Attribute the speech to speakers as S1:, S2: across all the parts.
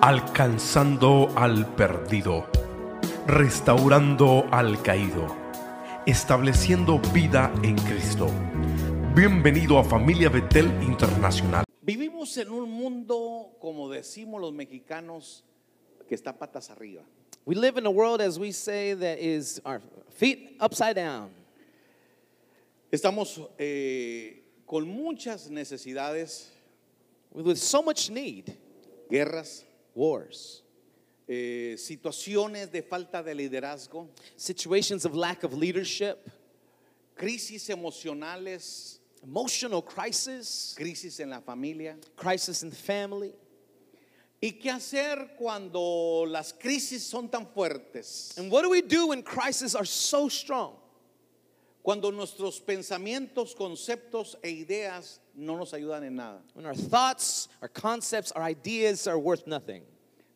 S1: alcanzando al perdido, restaurando al caído, estableciendo vida en Cristo. Bienvenido a Familia Betel Internacional.
S2: Vivimos en un mundo, como decimos los mexicanos, que está patas arriba.
S3: We live in a world, as we say, that is our feet upside down.
S2: Estamos eh, con muchas necesidades,
S3: With so much need,
S2: guerras,
S3: wars,
S2: eh, situaciones de falta de liderazgo,
S3: situations of lack of leadership,
S2: crisis emocionales,
S3: emotional crisis,
S2: crisis en la familia.
S3: crisis in the family.
S2: ¿Y qué hacer cuando las crisis son tan fuertes?
S3: And what do we do when crises are so strong?
S2: Cuando nuestros pensamientos, conceptos e ideas no nos ayudan en nada.
S3: When our thoughts, our concepts, our ideas are worth nothing.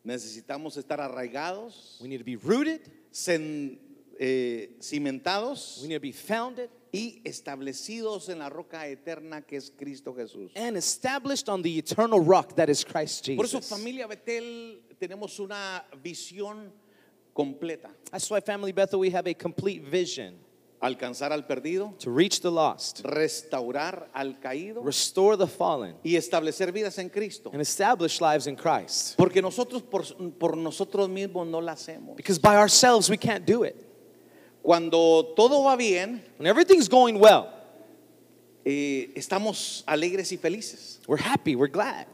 S2: Necesitamos estar arraigados,
S3: We need to be rooted,
S2: cen- eh, cimentados
S3: we need to be founded,
S2: y establecidos en la roca eterna que es Cristo Jesús.
S3: and established on the eternal rock that is Christ
S2: Por eso
S3: Jesus.
S2: familia Betel tenemos una visión completa.
S3: That's why, Family Bethel, we have a complete vision
S2: Alcanzar al perdido,
S3: to reach the lost,
S2: restaurar al caído
S3: restore the fallen,
S2: y establecer vidas en Cristo.
S3: and establish lives in Christ.
S2: Porque nosotros por, por nosotros mismos no la hacemos.
S3: Because by ourselves, we can't do it.
S2: Cuando todo va bien,
S3: When everything's going well,
S2: eh, estamos alegres y felices.
S3: we're happy, we're glad.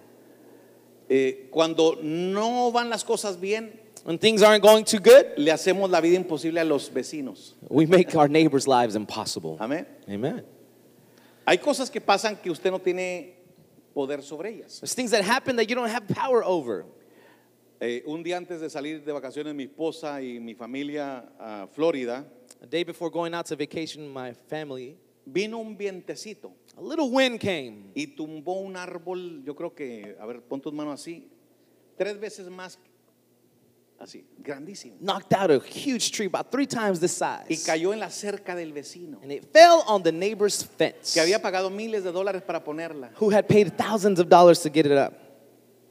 S2: Eh, cuando no van las cosas bien,
S3: When things aren't going too good,
S2: le hacemos la vida imposible a los vecinos.
S3: we make our neighbors' lives impossible.
S2: Amén.
S3: Amen.
S2: Hay cosas que pasan que usted no tiene poder sobre ellas.
S3: There's things that happen that you don't have power over.
S2: Eh, un día antes de salir de vacaciones, mi esposa y mi familia a Florida,
S3: A day before going out to vacation, my family,
S2: vino un vientecito
S3: a little wind came
S2: y tumbó un árbol, yo creo que, a ver, pon tus manos así, tres veces más, así, grandísimo.
S3: knocked out a huge tree about three times the
S2: Y
S3: size.
S2: cayó en la cerca del vecino,
S3: And it fell on the neighbor's fence,
S2: que había pagado miles de dólares para ponerla.
S3: who had paid thousands of dollars to get it up.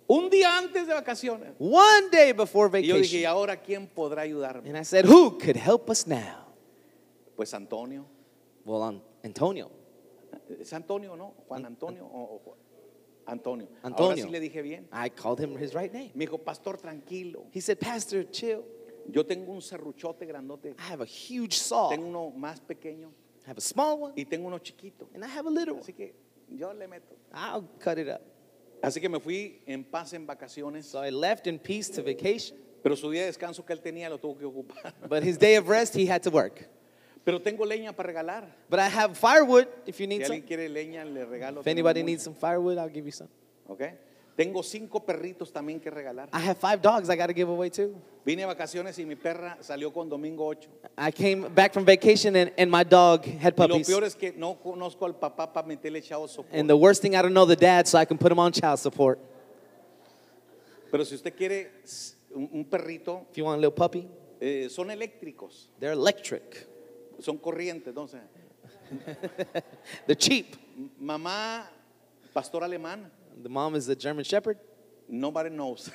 S2: Un día antes de vacaciones.
S3: One day before
S2: Y yo dije, ¿y
S3: vacation.
S2: ahora quién podrá ayudarme?
S3: And I said, Who could help us now?
S2: Pues Antonio.
S3: Well, on Antonio.
S2: ¿Es Antonio no? Juan Antonio o, o Juan- Antonio. Ahora
S3: Antonio.
S2: sí le dije bien.
S3: I called him his right name.
S2: Me dijo, pastor, tranquilo.
S3: He said, Pastor, chill.
S2: Yo tengo un serruchote grandote.
S3: I have a huge saw.
S2: Tengo uno más pequeño
S3: I have a small one,
S2: y tengo uno chiquito.
S3: and I have a little one.
S2: Así que yo le meto.
S3: I'll cut it up.
S2: Así que me fui en paz en vacaciones.
S3: So I left in peace to vacation,
S2: Pero su día de descanso que él tenía lo tuvo que ocupar.
S3: but his day of rest, he had to work.
S2: Pero tengo leña para regalar.
S3: But I have firewood if you
S2: Si
S3: need some.
S2: alguien quiere leña, le regalo.
S3: If
S2: Tengo
S3: anybody
S2: mucho.
S3: needs some firewood, I'll give you some.
S2: ¿Ok? Tengo cinco perritos también que regalar.
S3: I have five dogs I got to give away too.
S2: Vine a vacaciones y mi perra salió con domingo 8.
S3: I came back from vacation and, and my dog had
S2: Y lo
S3: puppies.
S2: peor es que no conozco al papá para meterle chavo soporte.
S3: And the worst thing, I don't know the dad, so I can put him on child support.
S2: Pero si usted quiere s- un, un perrito,
S3: If you want a little puppy,
S2: eh, son eléctricos,
S3: they're electric,
S2: son corrientes. Entonces,
S3: they're cheap.
S2: m- mamá, pastor alemán,
S3: The mom is a German Shepherd.
S2: nobody knows.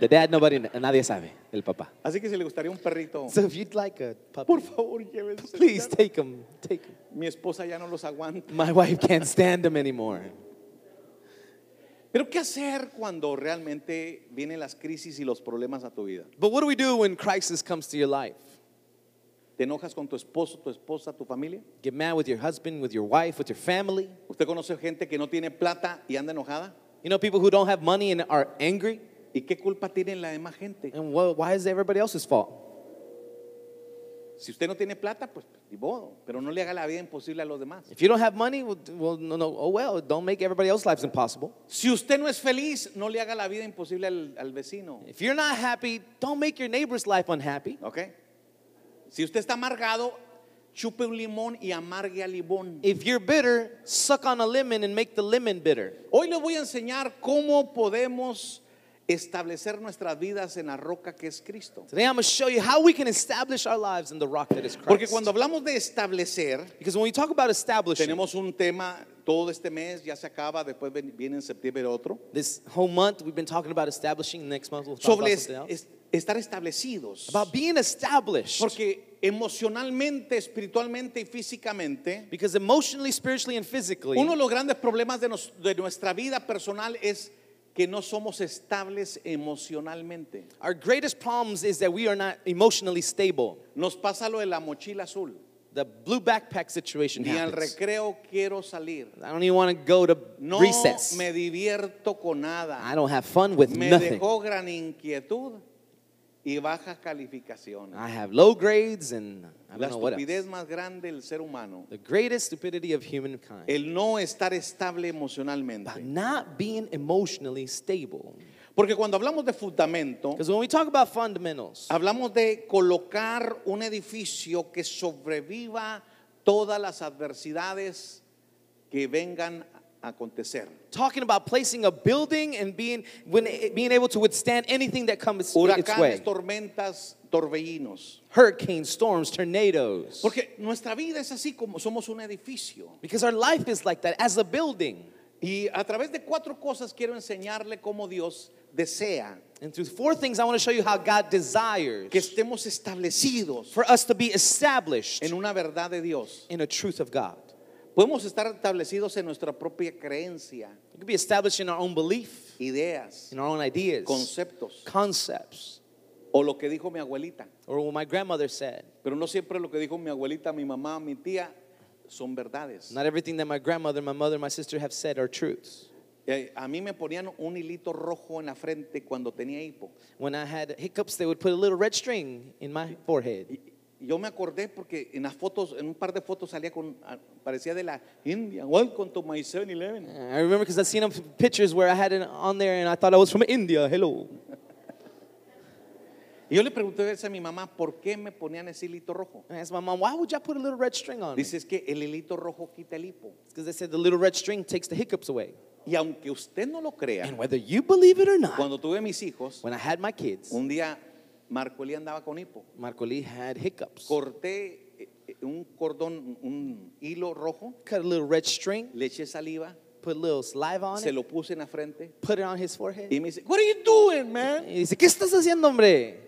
S3: The dad, nobody, nadie sabe, el papá.
S2: Así que si le gustaría un perrito,
S3: So if you'd like a puppy,
S2: por favor, llévenselo.
S3: please take him. Take him.
S2: Mi esposa ya no los aguanta.
S3: My wife can't stand him anymore.
S2: Pero ¿qué hacer cuando realmente vienen las crisis y los problemas a tu vida?
S3: But what do we do when crisis comes to your life?
S2: ¿Te enojas con tu esposo, tu esposa, tu familia?
S3: Get mad with your husband, with your wife, with your family.
S2: ¿Usted conoce gente que no tiene plata y anda enojada?
S3: You know, people who don't have money and are angry.
S2: ¿Y qué culpa tiene la demás gente?
S3: And wh- why is it everybody else's fault?
S2: Si usted no tiene plata, pues ni modo, pero no le haga la vida imposible a los demás.
S3: If you don't have money, well, d- well, no, no, oh well, don't make everybody else's lives impossible.
S2: Si usted no es feliz, no le haga la vida imposible al, al vecino,
S3: If you're not happy, don't make your neighbor's life unhappy.
S2: ¿ok? Si usted está amargado, chupe un limón y amargue al limón.
S3: If you're bitter, suck on a lemon and make the lemon bitter.
S2: Hoy les voy a enseñar cómo podemos establecer nuestras vidas en la roca que es Cristo.
S3: Today I'm going to show you how we can establish our lives in the rock that is Christ.
S2: Porque cuando hablamos de establecer,
S3: because when we talk about establishing,
S2: tenemos un tema todo este mes, ya se acaba, después ven- viene en septiembre otro.
S3: this whole month we've been talking about establishing. Next month we'll talk
S2: Sobre
S3: about
S2: es-
S3: something else.
S2: es- estar establecidos.
S3: about being established.
S2: Porque emocionalmente, espiritualmente y físicamente,
S3: because emotionally, spiritually, and physically,
S2: uno de los grandes problemas de, nos- de nuestra vida personal es que no somos estables emocionalmente.
S3: our greatest problems is that we are not emotionally stable.
S2: Nos pasa lo de la mochila azul.
S3: The blue backpack situation
S2: Ni al
S3: happens.
S2: recreo quiero salir.
S3: I don't even want to go to
S2: No
S3: recess.
S2: me divierto con
S3: I
S2: nada.
S3: don't have fun with
S2: Me
S3: nothing.
S2: dejó gran inquietud y bajas calificaciones.
S3: I have low grades and Ah, I
S2: La
S3: don't know what
S2: estupidez
S3: else.
S2: más grande del ser humano.
S3: The greatest stupidity of humankind.
S2: El no estar estable emocionalmente.
S3: About not being emotionally stable.
S2: Porque cuando hablamos de fundamento,
S3: Because when we talk about fundamentals,
S2: hablamos de colocar un edificio que sobreviva todas las adversidades que vengan a acontecer.
S3: talking about placing a building and being when being able to withstand anything that comes its way.
S2: Huracanes, tormentas, torbellinos.
S3: Hurricanes, storms, tornadoes.
S2: Porque nuestra vida es así como somos un edificio.
S3: Because our life is like that as a building.
S2: Y a través de cuatro cosas quiero enseñarle cómo Dios desea
S3: And through four things, I want to show you how God desires
S2: que estemos establecidos
S3: for us to be established
S2: en una verdad de Dios.
S3: in a truth of God.
S2: Podemos estar establecidos en nuestra propia creencia,
S3: We can be established in our own belief,
S2: ideas,
S3: in our own ideas,
S2: conceptos
S3: concepts,
S2: o lo que dijo mi abuelita.
S3: or what my grandmother said.
S2: Pero no siempre lo que dijo mi abuelita, mi mamá, mi tía son verdades.
S3: Not everything that my grandmother, my mother, my sister have said are truths.
S2: Eh, A mí me ponían un hilito rojo en la frente cuando tenía hipo.
S3: When I had hiccups, they would put a little red string in my forehead.
S2: Y y yo me acordé porque en las fotos, en un par de fotos salía con, ah, parecía de la India, welcome to my 7-Eleven.
S3: I remember because I seen them pictures where I had it on there and I thought I was from India. Hello.
S2: Y yo le pregunté a veces a mi mamá, ¿por qué me ponían ese hilito rojo?
S3: And I asked my mom, why would y'all put a little red string on me?
S2: Dice, es que el hilito rojo quita el hipo.
S3: Because they said the little red string takes the hiccups away.
S2: Y aunque usted no lo crea,
S3: And whether you believe it or not,
S2: cuando tuve mis hijos,
S3: when I had my kids,
S2: un día Marco Elí andaba con hipo.
S3: Marcoli had hiccups.
S2: Corté eh, eh, un cordón, un hilo rojo,
S3: Cut a little red string,
S2: le eché saliva,
S3: put a little saliva on
S2: se
S3: it,
S2: lo puse en la frente
S3: put it on his forehead.
S2: y me dice, What are you doing,
S3: Y
S2: man?
S3: dice, ¿qué estás haciendo, hombre?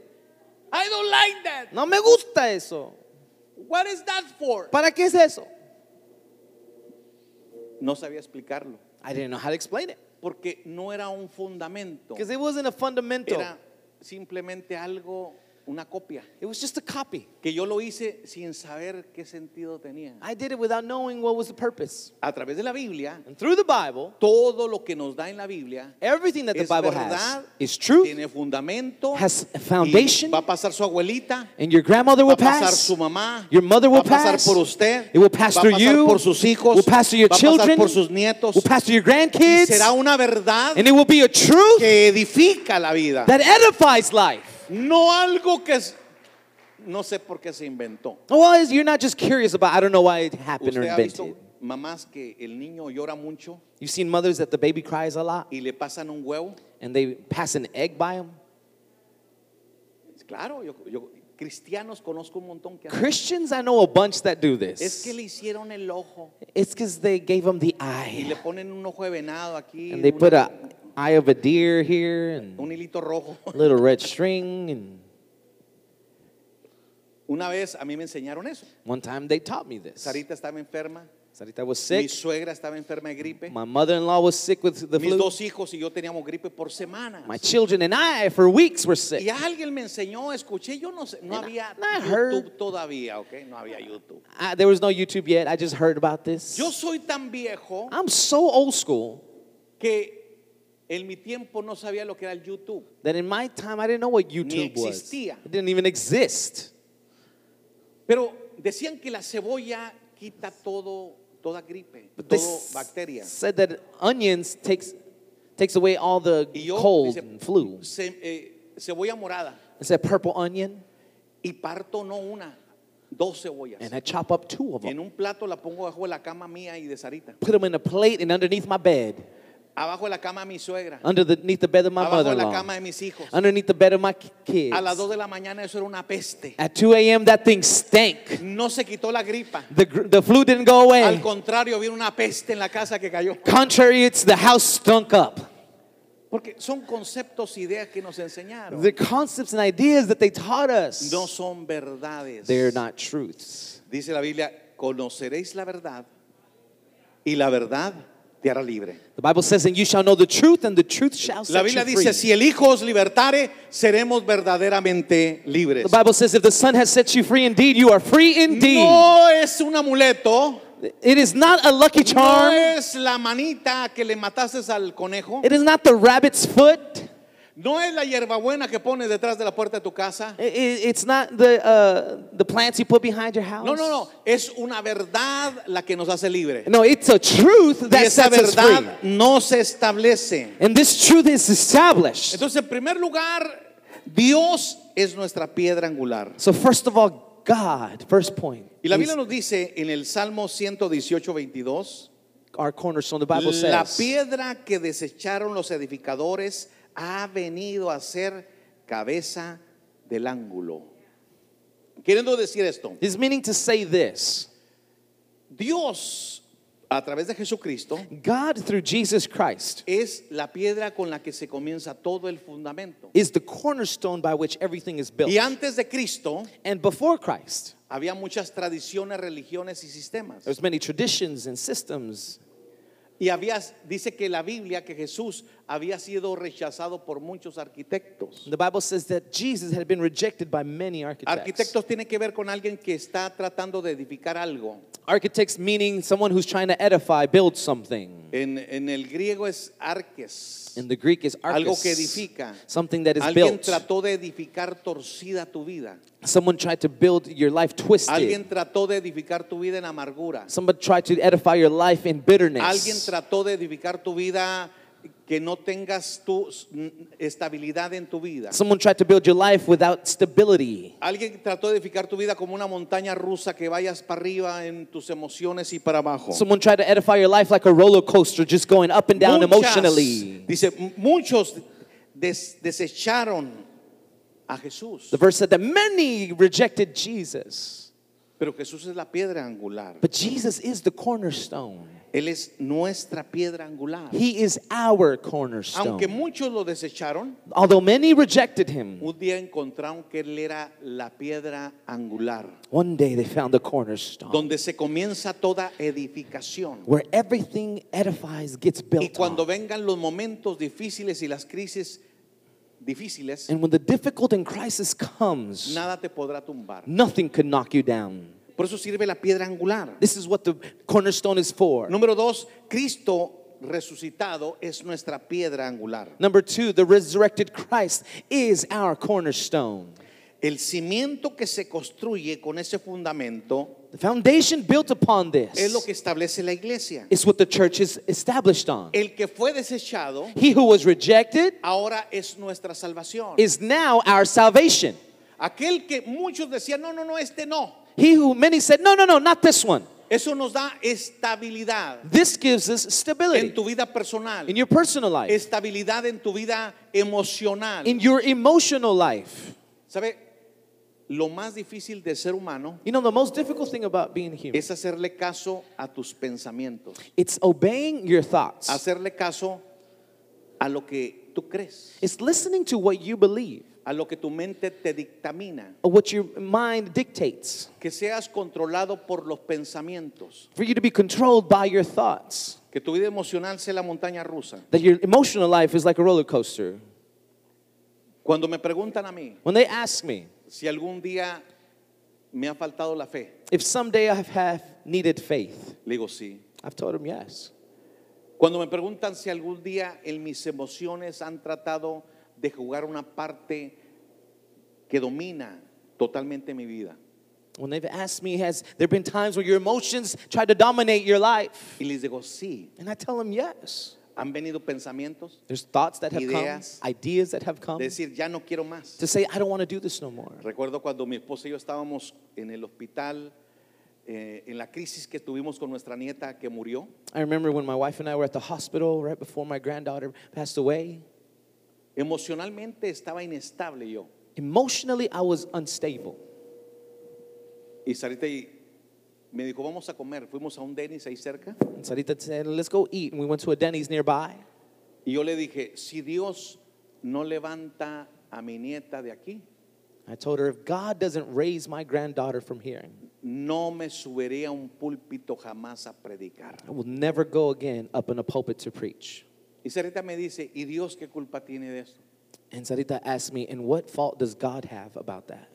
S2: I don't like that.
S3: No me gusta eso.
S2: What is that for?
S3: ¿Para qué es eso?
S2: No sabía explicarlo.
S3: I didn't know how to explain it.
S2: Porque no era un fundamento.
S3: Because it wasn't a fundamental.
S2: Era simplemente algo, una copia.
S3: It was just a copy.
S2: Que yo lo hice sin saber qué sentido tenía.
S3: I did it without knowing what was the purpose.
S2: A través de la Biblia,
S3: And through the Bible,
S2: todo lo que nos da en la Biblia
S3: everything that the
S2: es
S3: Bible has
S2: verdad,
S3: is truth.
S2: tiene fundamento,
S3: has a foundation.
S2: y va a pasar su abuelita,
S3: And your grandmother
S2: va
S3: will
S2: a pasar
S3: pass.
S2: su mamá,
S3: Your mother will
S2: va a pasar
S3: pass.
S2: por usted,
S3: It will pass
S2: va a
S3: through
S2: pasar
S3: you.
S2: por sus hijos,
S3: Will pass through your
S2: va a
S3: children.
S2: pasar por sus nietos,
S3: will pass to your
S2: y
S3: grandkids.
S2: será una verdad
S3: And it will be a truth
S2: que edifica la vida,
S3: that edifies life.
S2: no algo que es- no sé por qué se inventó.
S3: Well, you're not just curious about, I don't know why it happened or
S2: Usted ha
S3: invented.
S2: visto mamás que el niño llora mucho
S3: You've seen mothers that the baby cries a lot
S2: y le pasan un huevo.
S3: and they pass an egg by them.
S2: Claro, yo, yo- cristianos conozco un montón que hacen.
S3: Christians, I know a bunch that do
S2: Es
S3: this.
S2: que le hicieron el ojo
S3: It's because they gave them the
S2: y
S3: eye.
S2: le ponen un ojo de venado aquí,
S3: And they
S2: una-
S3: put a eye of a deer here and
S2: un hilito rojo.
S3: a little red string. And
S2: Una vez a mí me enseñaron eso.
S3: one time they taught me this.
S2: Sarita estaba enferma,
S3: Sarita was
S2: mi
S3: sick.
S2: suegra estaba enferma de gripe,
S3: My mother-in-law was sick with the
S2: mis
S3: flu.
S2: dos hijos y yo teníamos gripe por semanas.
S3: My children and I, for weeks, were
S2: Y
S3: sick.
S2: alguien me enseñó, escuché, yo no sé, no
S3: And I-
S2: había
S3: and I
S2: YouTube
S3: heard-
S2: todavía, ¿ok? No había YouTube.
S3: I, there was no YouTube yet. I just heard about this.
S2: Yo soy tan viejo
S3: I'm so old school
S2: que en mi tiempo no sabía lo que era el YouTube.
S3: that in my time I didn't know what YouTube was.
S2: existía.
S3: It didn't even exist.
S2: Pero decían que la cebolla quita todo, toda gripe,
S3: But they
S2: todo
S3: s-
S2: bacteria.
S3: said that onions takes takes away all the
S2: Y yo,
S3: cold
S2: dice,
S3: and flu.
S2: ce- eh, cebolla morada.
S3: It said purple onion,
S2: Y parto no una, dos cebollas.
S3: and I chop up two of
S2: En
S3: them,
S2: un plato la pongo bajo la cama mía y de Sarita.
S3: put them in a plate and underneath my bed.
S2: abajo de la cama de mi suegra,
S3: underneath the bed of Ah, my
S2: abajo de la
S3: mother-in-law, Ah,
S2: cama de mis hijos.
S3: underneath the bed of my ki- kids.
S2: A las 2 de la mañana eso era una peste.
S3: At 2 a.m., that thing stank.
S2: No se quitó la gripa.
S3: The, gr- the flu didn't go
S2: Al
S3: away.
S2: contrario, vino una peste en la casa que cayó.
S3: Contrary, it's the house stunk up.
S2: Porque son conceptos, ideas que nos enseñaron.
S3: The concepts and ideas that they taught us,
S2: No son verdades.
S3: they're not truths.
S2: Dice la Biblia, conoceréis la verdad y la verdad te hará libre.
S3: The Bible says, and you shall know the truth, and the truth shall
S2: La
S3: set
S2: Biblia
S3: you
S2: dice,
S3: free.
S2: si el Hijo os libertare, seremos verdaderamente libres.
S3: The Bible says, if the Son has set you free indeed, you are free indeed.
S2: No es un amuleto,
S3: It is not a lucky
S2: no
S3: charm.
S2: es la manita que le mataste al conejo,
S3: It is not the rabbit's foot.
S2: no es la hierbabuena que pones detrás de la puerta de tu casa.
S3: I- i- It's not the uh, the plants you put behind your house.
S2: No, no, no, es una verdad la que nos hace libre.
S3: No, it's a truth
S2: Y
S3: that
S2: esa
S3: sets us free.
S2: verdad no se establece.
S3: And this truth is established.
S2: Entonces, en primer lugar, Dios es nuestra piedra angular.
S3: So first of all, God, first point,
S2: Y la
S3: is
S2: Biblia nos dice en el Salmo 118, 22,
S3: our cornerstone. The Bible
S2: la
S3: says,
S2: piedra que desecharon los edificadores ha venido a ser cabeza del ángulo. Queriendo decir esto,
S3: is meaning to say this.
S2: Dios, a través de Jesucristo,
S3: God through Jesus Christ
S2: es la piedra con la que se comienza todo el fundamento.
S3: is the cornerstone by which everything is built.
S2: Y antes de Cristo
S3: And before Christ,
S2: había muchas tradiciones, religiones y sistemas.
S3: there's many traditions and systems.
S2: Y había, dice que la Biblia, que Jesús había sido rechazado por muchos arquitectos.
S3: The Bible says that Jesus had been rejected by many architects.
S2: Arquitectos tiene que ver con alguien que está tratando de edificar algo.
S3: Architects meaning someone who's trying to edify, build something.
S2: En, en el griego es arques.
S3: In the Greek is
S2: Algo que
S3: arkos,
S2: edifica.
S3: Something that is
S2: Alguien
S3: built.
S2: trató de edificar torcida tu vida.
S3: Someone tried to build your life twisted.
S2: Alguien trató de edificar tu vida en amargura.
S3: Somebody tried to edify your life in bitterness.
S2: Alguien trató de edificar tu vida que no tengas tu mm, estabilidad en tu vida.
S3: Someone tried to build your life without stability.
S2: Alguien trató de edificar tu vida como una montaña rusa que vayas para arriba en tus emociones y para abajo.
S3: Someone tried to edify your life like a roller coaster, just going up and down
S2: Muchas-
S3: emotionally.
S2: Dice, muchos des- desecharon a Jesús,
S3: The verse said that many rejected Jesus,
S2: pero Jesús es la piedra angular.
S3: but Jesus is the cornerstone.
S2: Él es nuestra piedra angular.
S3: He is our cornerstone.
S2: Aunque muchos lo desecharon,
S3: Although many rejected him,
S2: un día encontraron que Él era la piedra angular,
S3: one day they found the cornerstone
S2: donde se comienza toda edificación.
S3: where everything edifies gets
S2: Y
S3: built.
S2: cuando
S3: On.
S2: vengan los momentos difíciles y las crisis difíciles,
S3: And when the difficult and crisis comes,
S2: nada te podrá tumbar.
S3: nothing could knock you down.
S2: Por eso sirve la piedra angular.
S3: This is what the cornerstone is for.
S2: Número dos, Cristo resucitado es nuestra piedra angular.
S3: Number two, the resurrected Christ is our cornerstone.
S2: El cimiento que se construye con ese fundamento
S3: The foundation built upon
S2: es lo
S3: this
S2: que establece la iglesia.
S3: is what the church is established on.
S2: El que fue desechado
S3: He who was rejected
S2: ahora es nuestra salvación.
S3: is now our salvation.
S2: Aquel que muchos decían, no, no, no, este no.
S3: He who many said, no, no, no, not this one.
S2: Eso nos da estabilidad
S3: This gives us
S2: en
S3: stability
S2: tu vida personal.
S3: in your personal life,
S2: estabilidad en tu vida emocional.
S3: in your emotional life.
S2: ¿Sabe? Lo más difícil de ser humano
S3: You know, the most difficult thing about being human
S2: es hacerle caso a tus pensamientos,
S3: it's obeying your thoughts.
S2: hacerle caso a lo que tú crees,
S3: It's listening to what you believe,
S2: a lo que tu mente te dictamina,
S3: or what your mind dictates.
S2: que seas controlado por los pensamientos,
S3: For you to be controlled by your thoughts.
S2: que tu vida emocional sea la montaña rusa.
S3: That your emotional life is like a roller coaster.
S2: Cuando me preguntan a mí
S3: When they ask me
S2: si algún día me ha faltado la fe,
S3: if someday I have needed faith,
S2: le digo sí.
S3: I've told them yes.
S2: Cuando me preguntan si algún día en mis emociones han tratado de jugar una parte que domina totalmente mi vida.
S3: When they've asked me, has there been times where your emotions tried to dominate your life?
S2: Y les digo, sí,
S3: And I tell them yes.
S2: han venido pensamientos
S3: There's thoughts that have
S2: Ideas.
S3: come, ideas that have come
S2: de decir, ya no quiero más.
S3: to say, I don't want to do this no more.
S2: Recuerdo cuando mi esposa y yo estábamos en el hospital eh, en la crisis que tuvimos con nuestra nieta que murió,
S3: I remember when my wife and I were at the hospital right before my granddaughter passed away.
S2: emocionalmente estaba inestable yo.
S3: Emotionally, I was unstable.
S2: Y Sarita y- me dijo, vamos a comer. Fuimos a un Dennis ahí cerca.
S3: And Sarita said, Let's go eat. And we went to a Denny's nearby.
S2: Y yo le dije, si Dios no levanta a mi nieta de aquí,
S3: I told her, If God doesn't raise my granddaughter from here,
S2: no me subiré a un púlpito jamás a predicar.
S3: I will never go again up in a pulpit to preach.
S2: Y Sarita me dice, ¿y Dios qué culpa tiene de esto?
S3: And Sarita asked me, And what fault does God have about that?